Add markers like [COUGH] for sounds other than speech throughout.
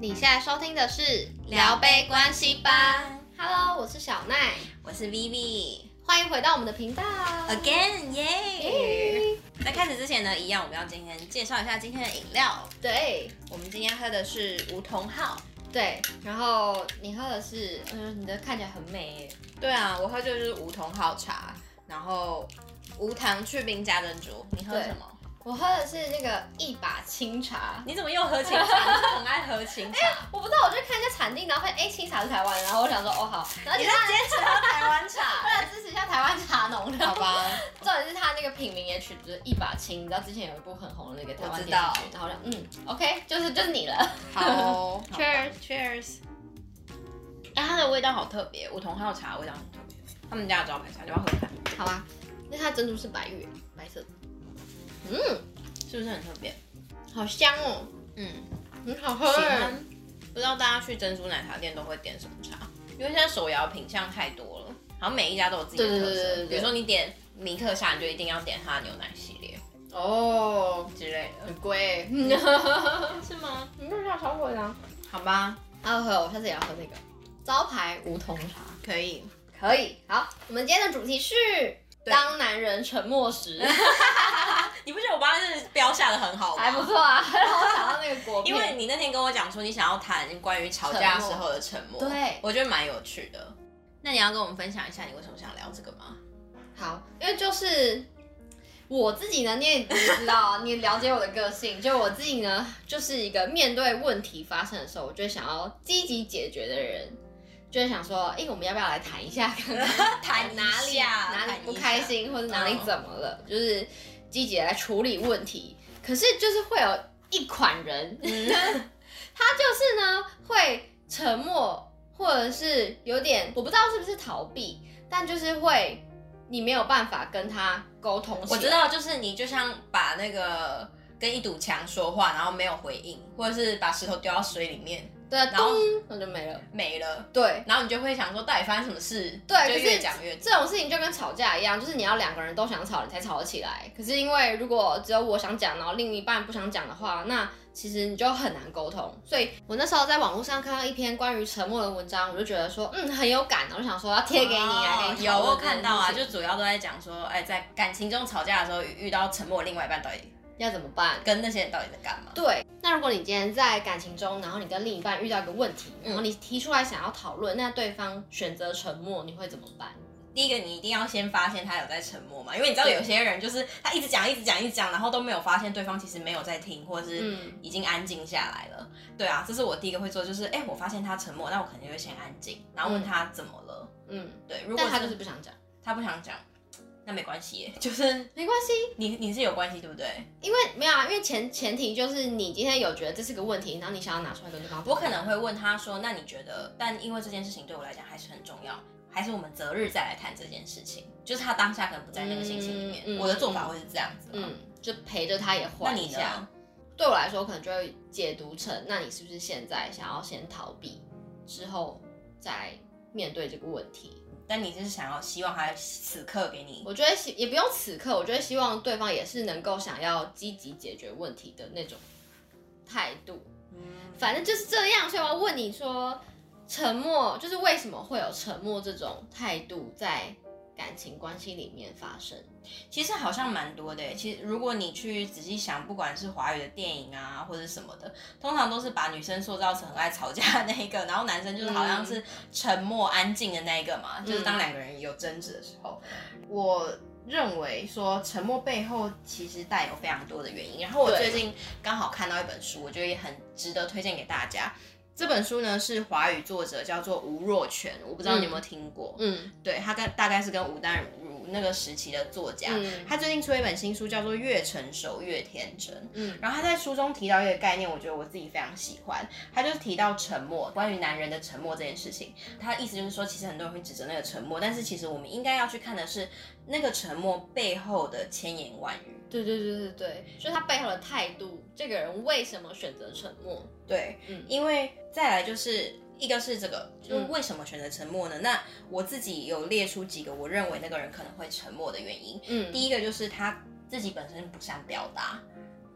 你现在收听的是《聊杯关系吧》。Hello，我是小奈，我是 Vivi。欢迎回到我们的频道。 Again，耶、耶在开始之前呢，一样我们要今天介绍一下今天的饮料。对我们今天喝的是梧桐号。对，然后你喝的是，嗯，你的看起来很美耶。对啊，我喝就是梧桐号茶，然后无糖去冰加珍珠。你喝对什么？我喝的是那个一把清茶，你怎么又喝清茶？你 [LAUGHS] 是很爱喝清茶。我不知道，我就看一下产地，然后发现哎，清茶是台湾的，然后我想说哦好，然后你其在实坚持喝台湾为茶？了支持一下台湾茶农，好吧，重点是他那个品名也取就是一把青，你知道之前有一部很红的那个台湾我知电视道剧，然后我就嗯，OK，就是就是你了。好 [LAUGHS] 哦好吧，Cheers，Cheers。哎，它的味道好特别，梧桐号茶的味道很特别。他们家的招牌茶，你要不要喝看，好啊吧，那它珍珠是白玉，白色的，嗯是不是很特别？好香哦，嗯。很好喝喜哎欢。不知道大家去珍珠奶茶店都会点什么茶？因为现在手摇品相太多了，好像每一家都有自己的特色。对对对对对比如说你点米克夏，你就一定要点它的牛奶系列哦，之类的，很 [LAUGHS] 贵，哦是吗？你就是要炒火的。好吧，好喝，我下次也要喝那个招牌梧桐茶。可以。可以，好，我们今天的主题是对当男人沉默 [LAUGHS] 时，你不觉得我爸是标下的很好吗？还不。错啊，让我想到那个国片，因为你那天跟我讲说你想要谈关于吵架时候的沉默，沉默对我觉得蛮有趣的。那你要跟我们分享一下你为什么想聊这个吗？好，因为就是我自己呢，你也知道啊，你了解我的个性，就我自己呢，就是一个面对问题发生的时候，我就会想要积极解决的人，就会想说，哎、我们要不要来谈一下，看看谈啊一下哪里啊哪里谈一下不开心，或者哪里嗯怎么了，就是积极地来处理问题。可是就是会有一款人，嗯 [LAUGHS] 他就是呢会沉默，或者是有点我不知道是不是逃避，但就是会你没有办法跟他沟通起来。我知道，就是你就像把那个跟一堵墙说话，然后没有回应，或者是把石头丢到水里面对啊，然后咚，那就没了。没了，对然后你就会想说到底发生什么事，对，就可越是讲越。这种事情就跟吵架一样，就是你要两个人都想吵，你才吵得起来。可是因为如果只有我想讲，然后另一半不想讲的话，那其实你就很难沟通。所以我那时候在网络上看到一篇关于沉默的文章，我就觉得说，嗯，很有感，我就想说要贴给你来哦给你有讨论我有这件看到啊，事情就主要都在讲说，哎，在感情中吵架的时候遇到沉默，另外一半到底要怎么办？跟那些人到底在干嘛？对，那如果你今天在感情中，然后你跟另一半遇到一个问题，然后你提出来想要讨论，那对方选择沉默，你会怎么办？第一个，你一定要先发现他有在沉默嘛，因为你知道有些人就是他一直讲、一直讲、一直讲，然后都没有发现对方其实没有在听，或者是嗯已经安静下来了。对啊，这是我第一个会做，就是哎、我发现他沉默，那我肯定会先安静，然后问他怎么了。嗯，对，如果但他就是不想讲，他不想讲，那没关系耶，就是没关系，你你是有关系对不对？因为没有啊，因为前前提就是你今天有觉得这是个问题，然后你想要拿出来跟对方讨论，我可能会问他说，那你觉得？但因为这件事情对我来讲还是很重要，还是我们择日再来谈这件事情。就是他当下可能不在那个心情里面，嗯嗯我的做法会是这样子。嗯，嗯，就陪着他也啊那缓一你下呢。？对我来说，我可能就会解读成，那你是不是现在想要先逃避，之后再面对这个问题？但你是想要希望他此刻给你我觉得希也不用此刻，我觉得希望对方也是能够想要积极解决问题的那种态度。反正就是这样，所以我要问你说，沉默就是为什么会有沉默这种态度在感情关系里面发生？其实好像蛮多的耶。其实如果你去仔细想，不管是华语的电影啊，或者什么的，通常都是把女生塑造成很爱吵架的那一个，然后男生就是好像嗯是沉默安静的那一个嘛，就是当两个人有争执的时候，我。认为说沉默背后其实带有非常多的原因，然后我对最近刚好看到一本书，我觉得也很值得推荐给大家。这本书呢是华语作者叫做吴若权，我不知道你有没有听过？嗯对他跟大概是跟吴淡如那个时期的作家，嗯他最近出了一本新书，叫做《越成熟越天真》。嗯然后他在书中提到一个概念，我觉得我自己非常喜欢，他就提到沉默，关于男人的沉默这件事情。他的意思就是说，其实很多人会指责那个沉默，但是其实我们应该要去看的是那个沉默背后的千言万语。对对对对对，就是他背后的态度，这个人为什么选择沉默？对，嗯因为再来就是一个是这个，就是为什么选择沉默呢？那我自己有列出几个我认为那个人可能会沉默的原因。嗯第一个就是他自己本身不善表达，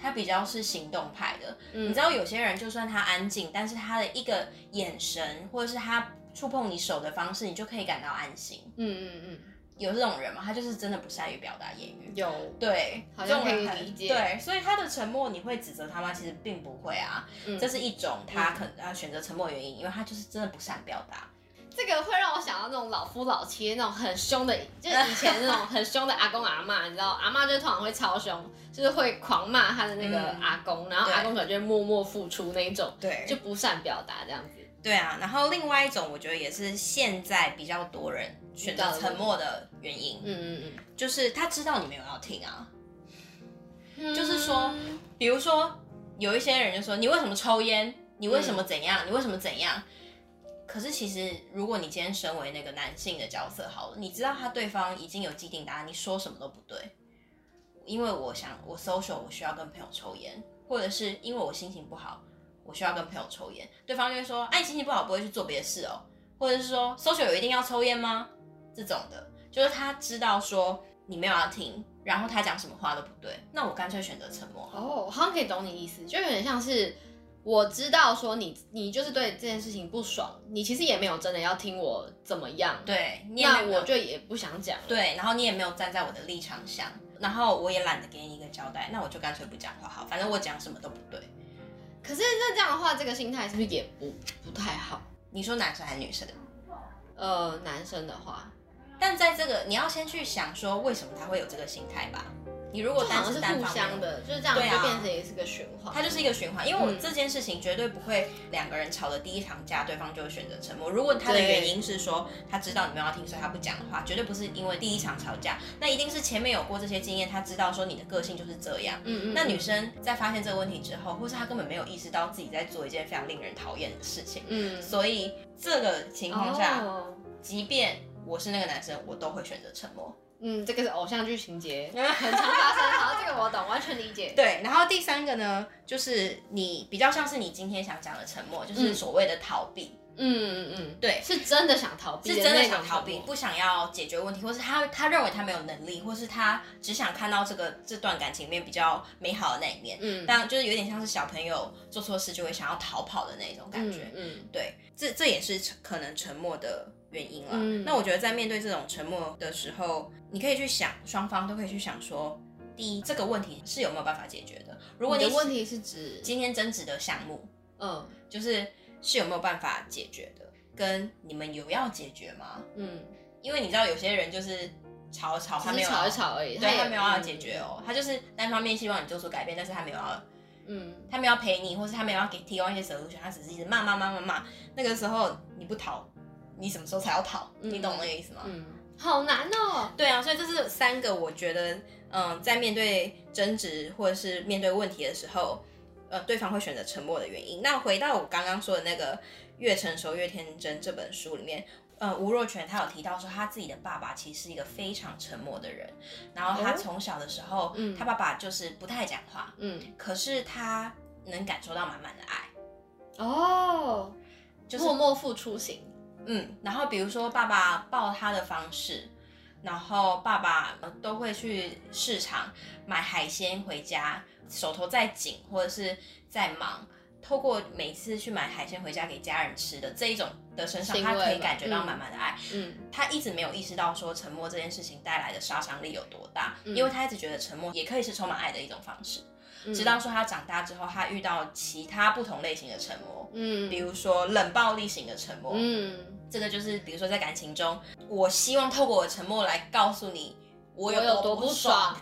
他比较是行动派的。嗯你知道有些人就算他安静，但是他的一个眼神或者是他触碰你手的方式，你就可以感到安心。嗯嗯嗯，有这种人吗？他就是真的不善于表达言语。有，对，好像这种可以人很理解对，所以他的沉默，你会指责他吗？其实并不会啊，嗯这是一种他可能他选择沉默的原因，因为他就是真的不善表达。这个会让我想到那种老夫老妻那种很凶的，就是以前那种很凶的阿公阿嬷，你知道，阿嬷就通常会超凶，就是会狂骂他的那个嗯阿公，然后对阿公可能就会默默付出那一种，对就不善表达这样子。对啊，然后另外一种，我觉得也是现在比较多人选择沉默的原因，嗯嗯就是他知道你没有要听啊。嗯，就是说嗯比如说，有一些人就说你为什么抽烟？你为什么怎样？你为什么怎样？可是其实，如果你今天身为那个男性的角色，好了，你知道他对方已经有既定答案，你说什么都不对。因为我想我 social，我需要跟朋友抽烟，或者是因为我心情不好，我需要跟朋友抽烟。对方就会说：“哎、你心情不好不会去做别的事哦。”或者是说 social 有一定要抽烟吗？这种的，就是他知道说你没有要听，然后他讲什么话都不对，那我干脆选择沉默好了。哦，好像可以懂你意思，就有点像是我知道说你你就是对这件事情不爽，你其实也没有真的要听我怎么样，对，你也那没有我就也不想讲了。对，然后你也没有站在我的立场想，然后我也懒得给你一个交代，那我就干脆不讲话好，反正我讲什么都不对。可是那这样的话，这个心态是不是也不不太好？你说男生还是女生？呃，男生的话，但在这个你要先去想说为什么他会有这个心态吧。你如就果好单像是是单互方面相，的，就是这样就对啊变成也是个循环。它就是一个循环。因为我嗯这件事情绝对不会两个人吵的第一场架，对方就会选择沉默。如果他的原因是说他知道你们要听，所以他不讲的话，绝对不是因为第一场吵架，那一定是前面有过这些经验，他知道说你的个性就是这样。嗯嗯，那女生在发现这个问题之后，或是她根本没有意识到自己在做一件非常令人讨厌的事情，嗯所以这个情况下，哦即便我是那个男生，我都会选择沉默。嗯，这个是偶像剧情 [LAUGHS] 节，很常发生。然后这个我懂，完全理解。对，然后第三个呢，就是你比较像是你今天想讲的沉默，就是所谓的逃避，嗯嗯嗯，对是真的想逃避，是真的想逃避，。不想要解决问题，或是他他认为他没有能力，或是他只想看到这个这段感情里面比较美好的那一面。嗯，但就是有点像是小朋友做错事就会想要逃跑的那种感觉，嗯对，这这也是沉可能沉默的原因了。嗯那我觉得在面对这种沉默的时候，你可以去想，双方都可以去想说，第一，这个问题是有没有办法解决的？如如果果你你的问题是指，今天争执的项目，嗯就是是有没有办法解决的，跟你们有要解决吗？嗯，因为你知道有些人就是吵吵，他只哦没是有啊吵一，吵而已，对也嗯他没有要解决。哦，他就是单方面希望你做出改变，但是他没有要嗯，他们要陪你，或是他们要给提供一些 solution，他只是一直骂骂骂骂骂。那个时候你不逃，你什么时候才要逃？嗯你懂那个意思吗？嗯，好难哦。对啊，所以这是三个我觉得，嗯，在面对争执或者是面对问题的时候，呃，对方会选择沉默的原因。那回到我刚刚说的那个《越成熟越天真》这本书里面。呃，吴若权他有提到说，他自己的爸爸其实是一个非常沉默的人，然后他哦从小的时候，嗯他爸爸就是不太讲话，嗯，可是他能感受到满满的爱，哦，就是默默付出型。嗯，然后比如说爸爸抱他的方式，然后爸爸呃都会去市场买海鲜回家，手头再紧或者是在忙，透过每次去买海鲜回家给家人吃的这一种的身上，行他可为以吧感觉到嗯满满的爱。嗯他一直没有意识到说沉默这件事情带来的杀伤力有多大，嗯因为他一直觉得沉默也可以是充满爱的一种方式。嗯直到说他长大之后，他遇到其他不同类型的沉默，嗯比如说冷暴力型的沉默，嗯，这个就是比如说在感情中，我希望透过我的沉默来告诉你我我有有多不不爽。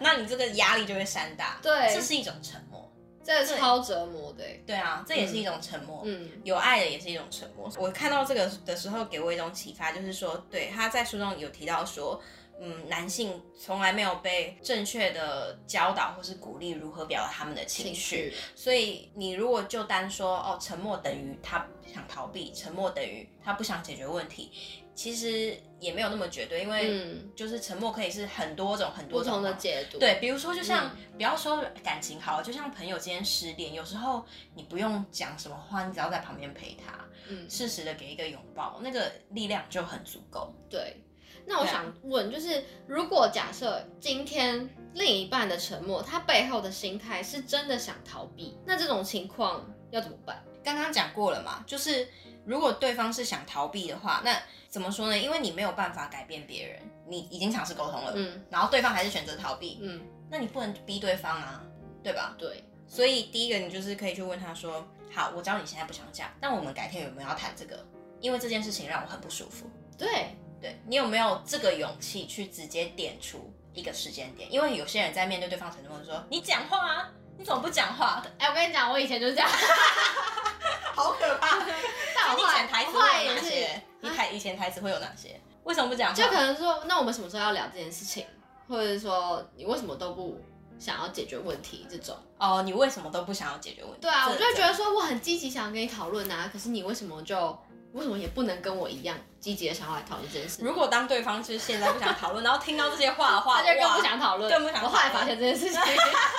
那你这个压力就会山大。对这是一种沉默。 [LAUGHS] 这对超折磨的欸。对啊，这也是一种沉默。嗯有爱的也是一种沉默。我看到这个的时候，给我一种启发，就是说，对他在书中有提到说，嗯，男性从来没有被正确的教导或是鼓励如何表达他们的情绪，，所以你如果就单说哦，沉默等于他想逃避，沉默等于他不想解决问题，其实也没有那么绝对，因为嗯，就是沉默可以是很多种很不多种同的嘛解读，，对，比如说，就像、不要说感情好了，就像朋友之间失恋，有时候你不用讲什么话，你只要在旁边陪他，嗯，适时的给一个拥抱，那个力量就很足够。对。那我对啊想问，就是如果假设今天另一半的沉默，他背后的心态是真的想逃避，那这种情况要怎么办？刚刚讲过了嘛，就是如果对方是想逃避的话，那怎么说呢？因为你没有办法改变别人，你已经尝试沟通了，嗯然后对方还是选择逃避，嗯，那你不能逼对方啊，对吧？对，所以第一个，你就是可以去问他说：“好，我知道你现在不想讲，但我们改天有没有要谈这个？因为这件事情让我很不舒服。对，对你有没有这个勇气去直接点出一个时间点？因为有些人在面对对方承诺的时候说：‘你讲话啊，你怎么不讲话哎、我跟你讲，我以前就是这样，？’ [LAUGHS] [LAUGHS] 好可怕！但那我你后来潜台词我后来会有也哪是些？你台以前台词会有哪些？为什么不讲话？ [LAUGHS] 就可能说，那我们什么时候要聊这件事情，或者是说你为什么都不想要解决问题这种？哦，你为什么都不想要解决问题？对啊，这我就会觉得说我很积极想要跟你讨论啊，可是你为什么就为什么也不能跟我一样积极的想要来讨论这件事？如果当对方就是现在不想讨论，然后听到这些话的 [LAUGHS] 话，他就更哇不想讨论，啊更不想我讨论后来发现这件事情， [LAUGHS]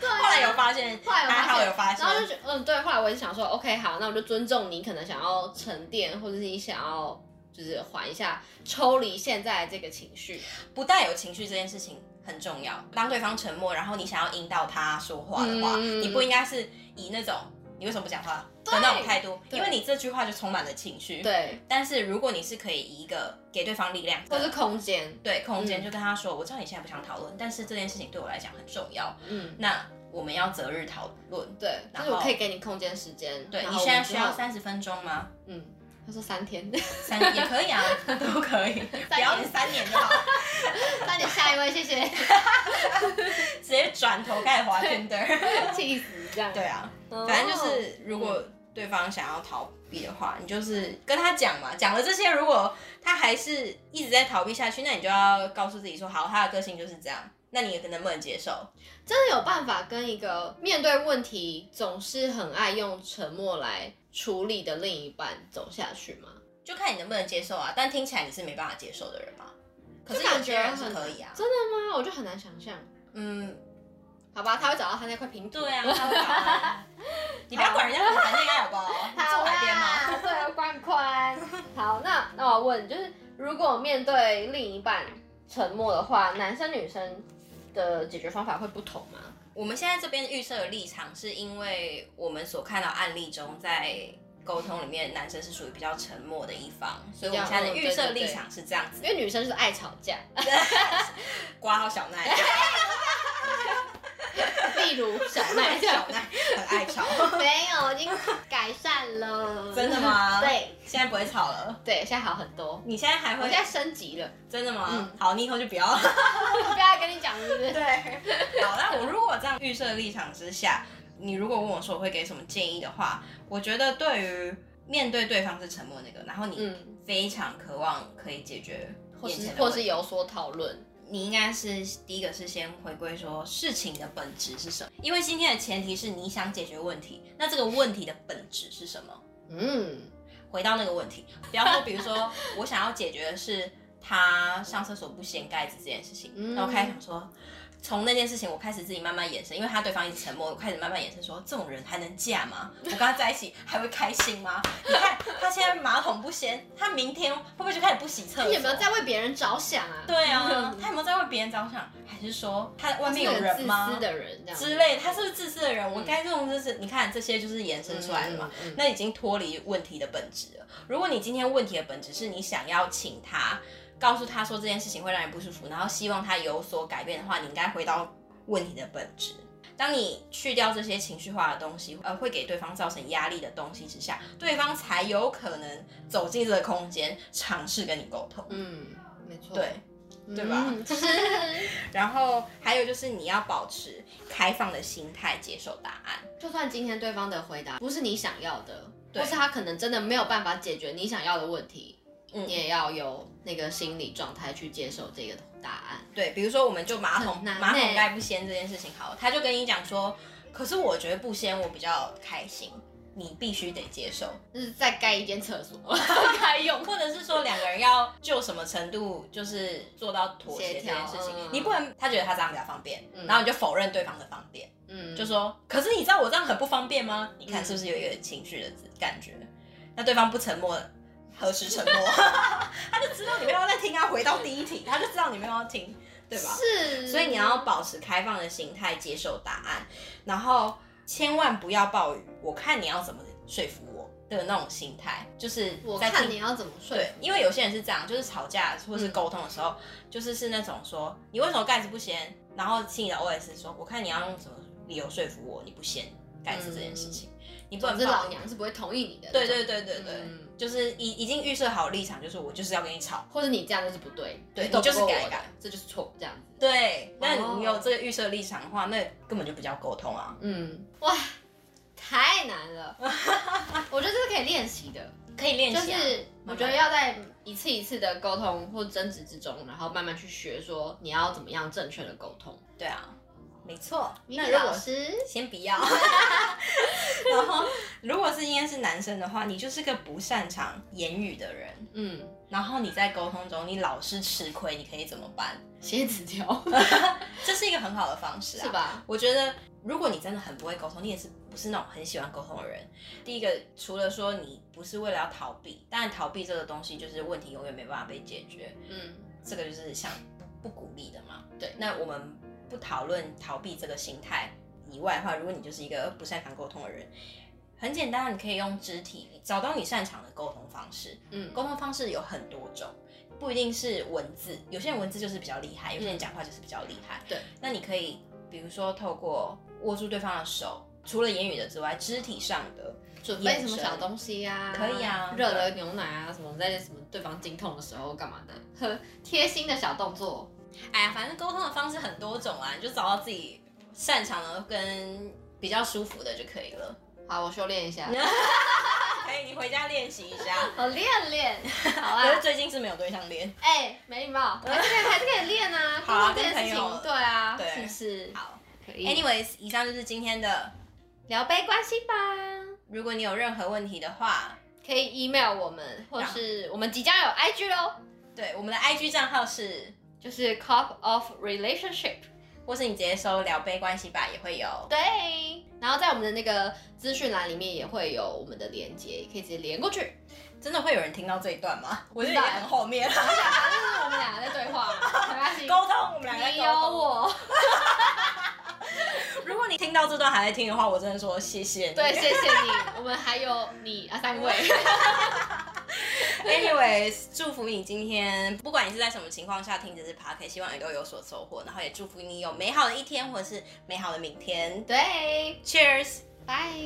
对啊，后来有发现，后来有还发好现，有发现，然后就觉得嗯对，后来我也想说 OK 好，那我就尊重你可能想要沉淀，或者是你想要就是缓一下，抽离现在这个情绪，不带有情绪这件事情很重要。当对方沉默，然后你想要引导他说话的话，嗯你不应该是以那种你为什么不讲话对的那种态度，对因为你这句话就充满了情绪。，对，但是如果你是可以以一个给对方力量或是的。空间，对空间嗯就跟他说，我知道你现在不想讨论，但是这件事情对我来讲很重要，嗯。那我们要择日讨论。对，就然是我后可以给你空间时间。对然你后现我们在需要之后，三十分钟吗？嗯，他说三天， [LAUGHS] 三也可以啊， [LAUGHS] 都可以，三不要年是三年就好，三点下一位，谢谢， [LAUGHS] 直接转头开始滑 Tinder。 [LAUGHS] 气死这样。对，啊，哦反正就是，如果对方想要逃避的话，你就是跟他讲嘛，讲了这些，如果他还是一直在逃避下去，那你就要告诉自己说，好，他的个性就是这样，那你也能不能接受？真的有办法跟一个面对问题总是很爱用沉默来处理的另一半走下去吗？就看你能不能接受啊。但听起来你是没办法接受的人嘛。可是就感有觉些人是很可以啊，真的吗？我就很难想象。嗯，好吧，他会找到他那块平土。对啊，他会 [LAUGHS] 搞啊你不要管人家怎么谈恋爱好不好？你好啊住海边啦，吗？ [LAUGHS] 对，宽宽。好，那那我问，就是如果面对另一半沉默的话，男生女生的解决方法会不同吗？我们现在这边预设的立场，是因为我们所看到案例中，在沟通里面，男生是属于比较沉默的一方，所以我们现在的预设立场是这样子因。为女生就是爱吵架， [LAUGHS] [LAUGHS] 挂号小奈，例如小奈小奈很爱吵， [LAUGHS] 没有，已经改善了。真的 [LAUGHS] 吗对现在不会吵了。对，现在好很多。你现在还我会现在升级了，真的吗？嗯好，你以后就不要。 [LAUGHS] 不要再跟你讲是不是？对，好，那我如果这样预设立场之下，你如果问我说我会给什么建议的话，我觉得对于面对对方是沉默那个，然后你嗯，非常渴望可以解决 [LAUGHS] 或眼是前的或问题是有所讨论，你应该是第一个是先回归说事情的本质是什么，因为今天的前提是你想解决问题，那这个问题的本质是什么？嗯，回到那个问题，不要说比如说我想要解决的是他上厕所不掀盖子这件事情，嗯那我开始想说。从那件事情，我开始自己慢慢延伸，因为他对方一直沉默，我开始慢慢延伸说，这种人还能嫁 [LAUGHS] 吗？我跟他在一起还会开心吗？你看他现在马桶不掀，他明天会不会就开始不洗厕他 [LAUGHS] 所？有没有在为别人着想啊？对 [LAUGHS] 啊，他有没有在为别人着想？还是说他外面有人自私吗？的人这样嗯之类，他是不是自私的人？我该这种就是，你看这些就是延伸生出来的嘛。？嗯嗯嗯那已经脱离问题的本质了。如果你今天问题的本质是你想要请他告诉他说这件事情会让你不舒服，然后希望他有所改变的话，你应该回到问题的本质。当你去掉这些情绪化的东西，呃，会给对方造成压力的东西之下，对方才有可能走进这个空间，尝试跟你沟通。嗯，没错，对，对吧嗯是，然后还有就是你要保持开放的心态，接受答案。就算今天对方的回答不是你想要的，对或是他可能真的没有办法解决你想要的问题，嗯你也要有那个心理状态去接受这个答案。对，比如说我们就马桶很难欸马桶盖不掀这件事情好了，他就跟你讲说，可是我觉得不掀我比较开心，你必须得接受，就是再盖一间厕所，该用。或者是说两个人要就什么程度就是做到妥协协这调件事情，嗯你不能他觉得他这样比较方便，嗯然后你就否认对方的方便，嗯，就说，可是你知道我这样很不方便吗？你看嗯是不是有一个情绪的感觉？那对方不沉默，何时 [LAUGHS] 沉默，他就知道你没有在听，他回到第一题，他就知道你没有要听，对吧？是，所以你要保持开放的心态，接受答案，然后千万不要抱于我看你要怎么说服我的那种心态，就是我在看听你要怎么说服对，因为有些人是这样，就是吵架或嗯是沟通的时候，就是是那种说你为什么盖子不掀，然后心里的 OS 说，我看你要用什么理由说服我你不掀盖子这件事情，你嗯不总能之抱老娘是不会同意你的。对对对对对，嗯就是已已经预设好立场，就是我就是要跟你吵，或者你这样就是不对，对你都你就是不够改我的改，这就是错，这样子。对，那哦你有这个预设立场的话，那根本就不叫沟通啊。嗯，哇，太难了， [LAUGHS] 我觉得这是可以练习的，可以练就习、啊，是我觉得要在一次一次的沟通或争执之中，然后慢慢去学说你要怎么样正确的沟通。对啊，没错。米那莉如果老是师，先不 [LAUGHS] 要，然后如果是今天是男生的话，你就是个不擅长言语的人，嗯，然后你在沟通中你老是吃亏，你可以怎么办？写纸条这 [LAUGHS] 是一个很好的方式啊，是？吧？我觉得，如果你真的很不会沟通，你也是不是那种很喜欢沟通的人。第一个，除了说你不是为了要逃避，当然逃避这个东西就是问题永远没办法被解决，嗯，这个就是想不不鼓励的嘛。对那我们不讨论逃避这个心态以外的话，如果你就是一个不擅长沟通的人，很简单，你可以用肢体找到你擅长的沟通方式。嗯，沟通方式有很多种，不一定是文字，有些人文字就是比较厉害，有些人讲话就是比较厉害。对，那你可以比如说透过握住对方的手，除了言语的之外，肢体上的，准备什么眼神小东西呀、可以啊热的牛奶啊，什么在什么对方经痛的时候干嘛的，呵，贴心的小动作。哎呀，反正沟通的方式很多种啊，你就找到自己擅长的跟比较舒服的就可以了。好，我修炼一 [LAUGHS] 下，可以，你回家练习一 [LAUGHS] 下。我练练。好可啊是，最近是没有对象练。哎、没礼貌，还是可以，还是可以练啊。好啊沟通这件事跟朋友情，对啊，对是不是？好可以。 ，anyways，以上就是今天的。聊杯关系吧，如果你有任何问题的话，可以 email 我们，或是我们即将有 IG 喽，对我们的 IG 账号是就是 Cup of Relationship。或是你直接搜“聊杯关系吧”也会有。对，然后在我们的那个资讯栏里面也会有我们的连接，也可以直接连过 [LAUGHS] 去。真的会有人听到这一段吗？我知觉道得也很后面 [LAUGHS] 了。就是我们两个在对话嘛，没关系。沟通，我们两个在你沟有通。我，如果你听到这段还在听的话，我真的说谢谢你。对，谢谢你。我们还有你啊，三位。 [LAUGHS] Anyways，祝福你今天，不管你是在什么情况下听这支 p o c a s t 希望你都有所收获，然后也祝福你有美好的一天，或者是美好的明天。对， Cheers。拜。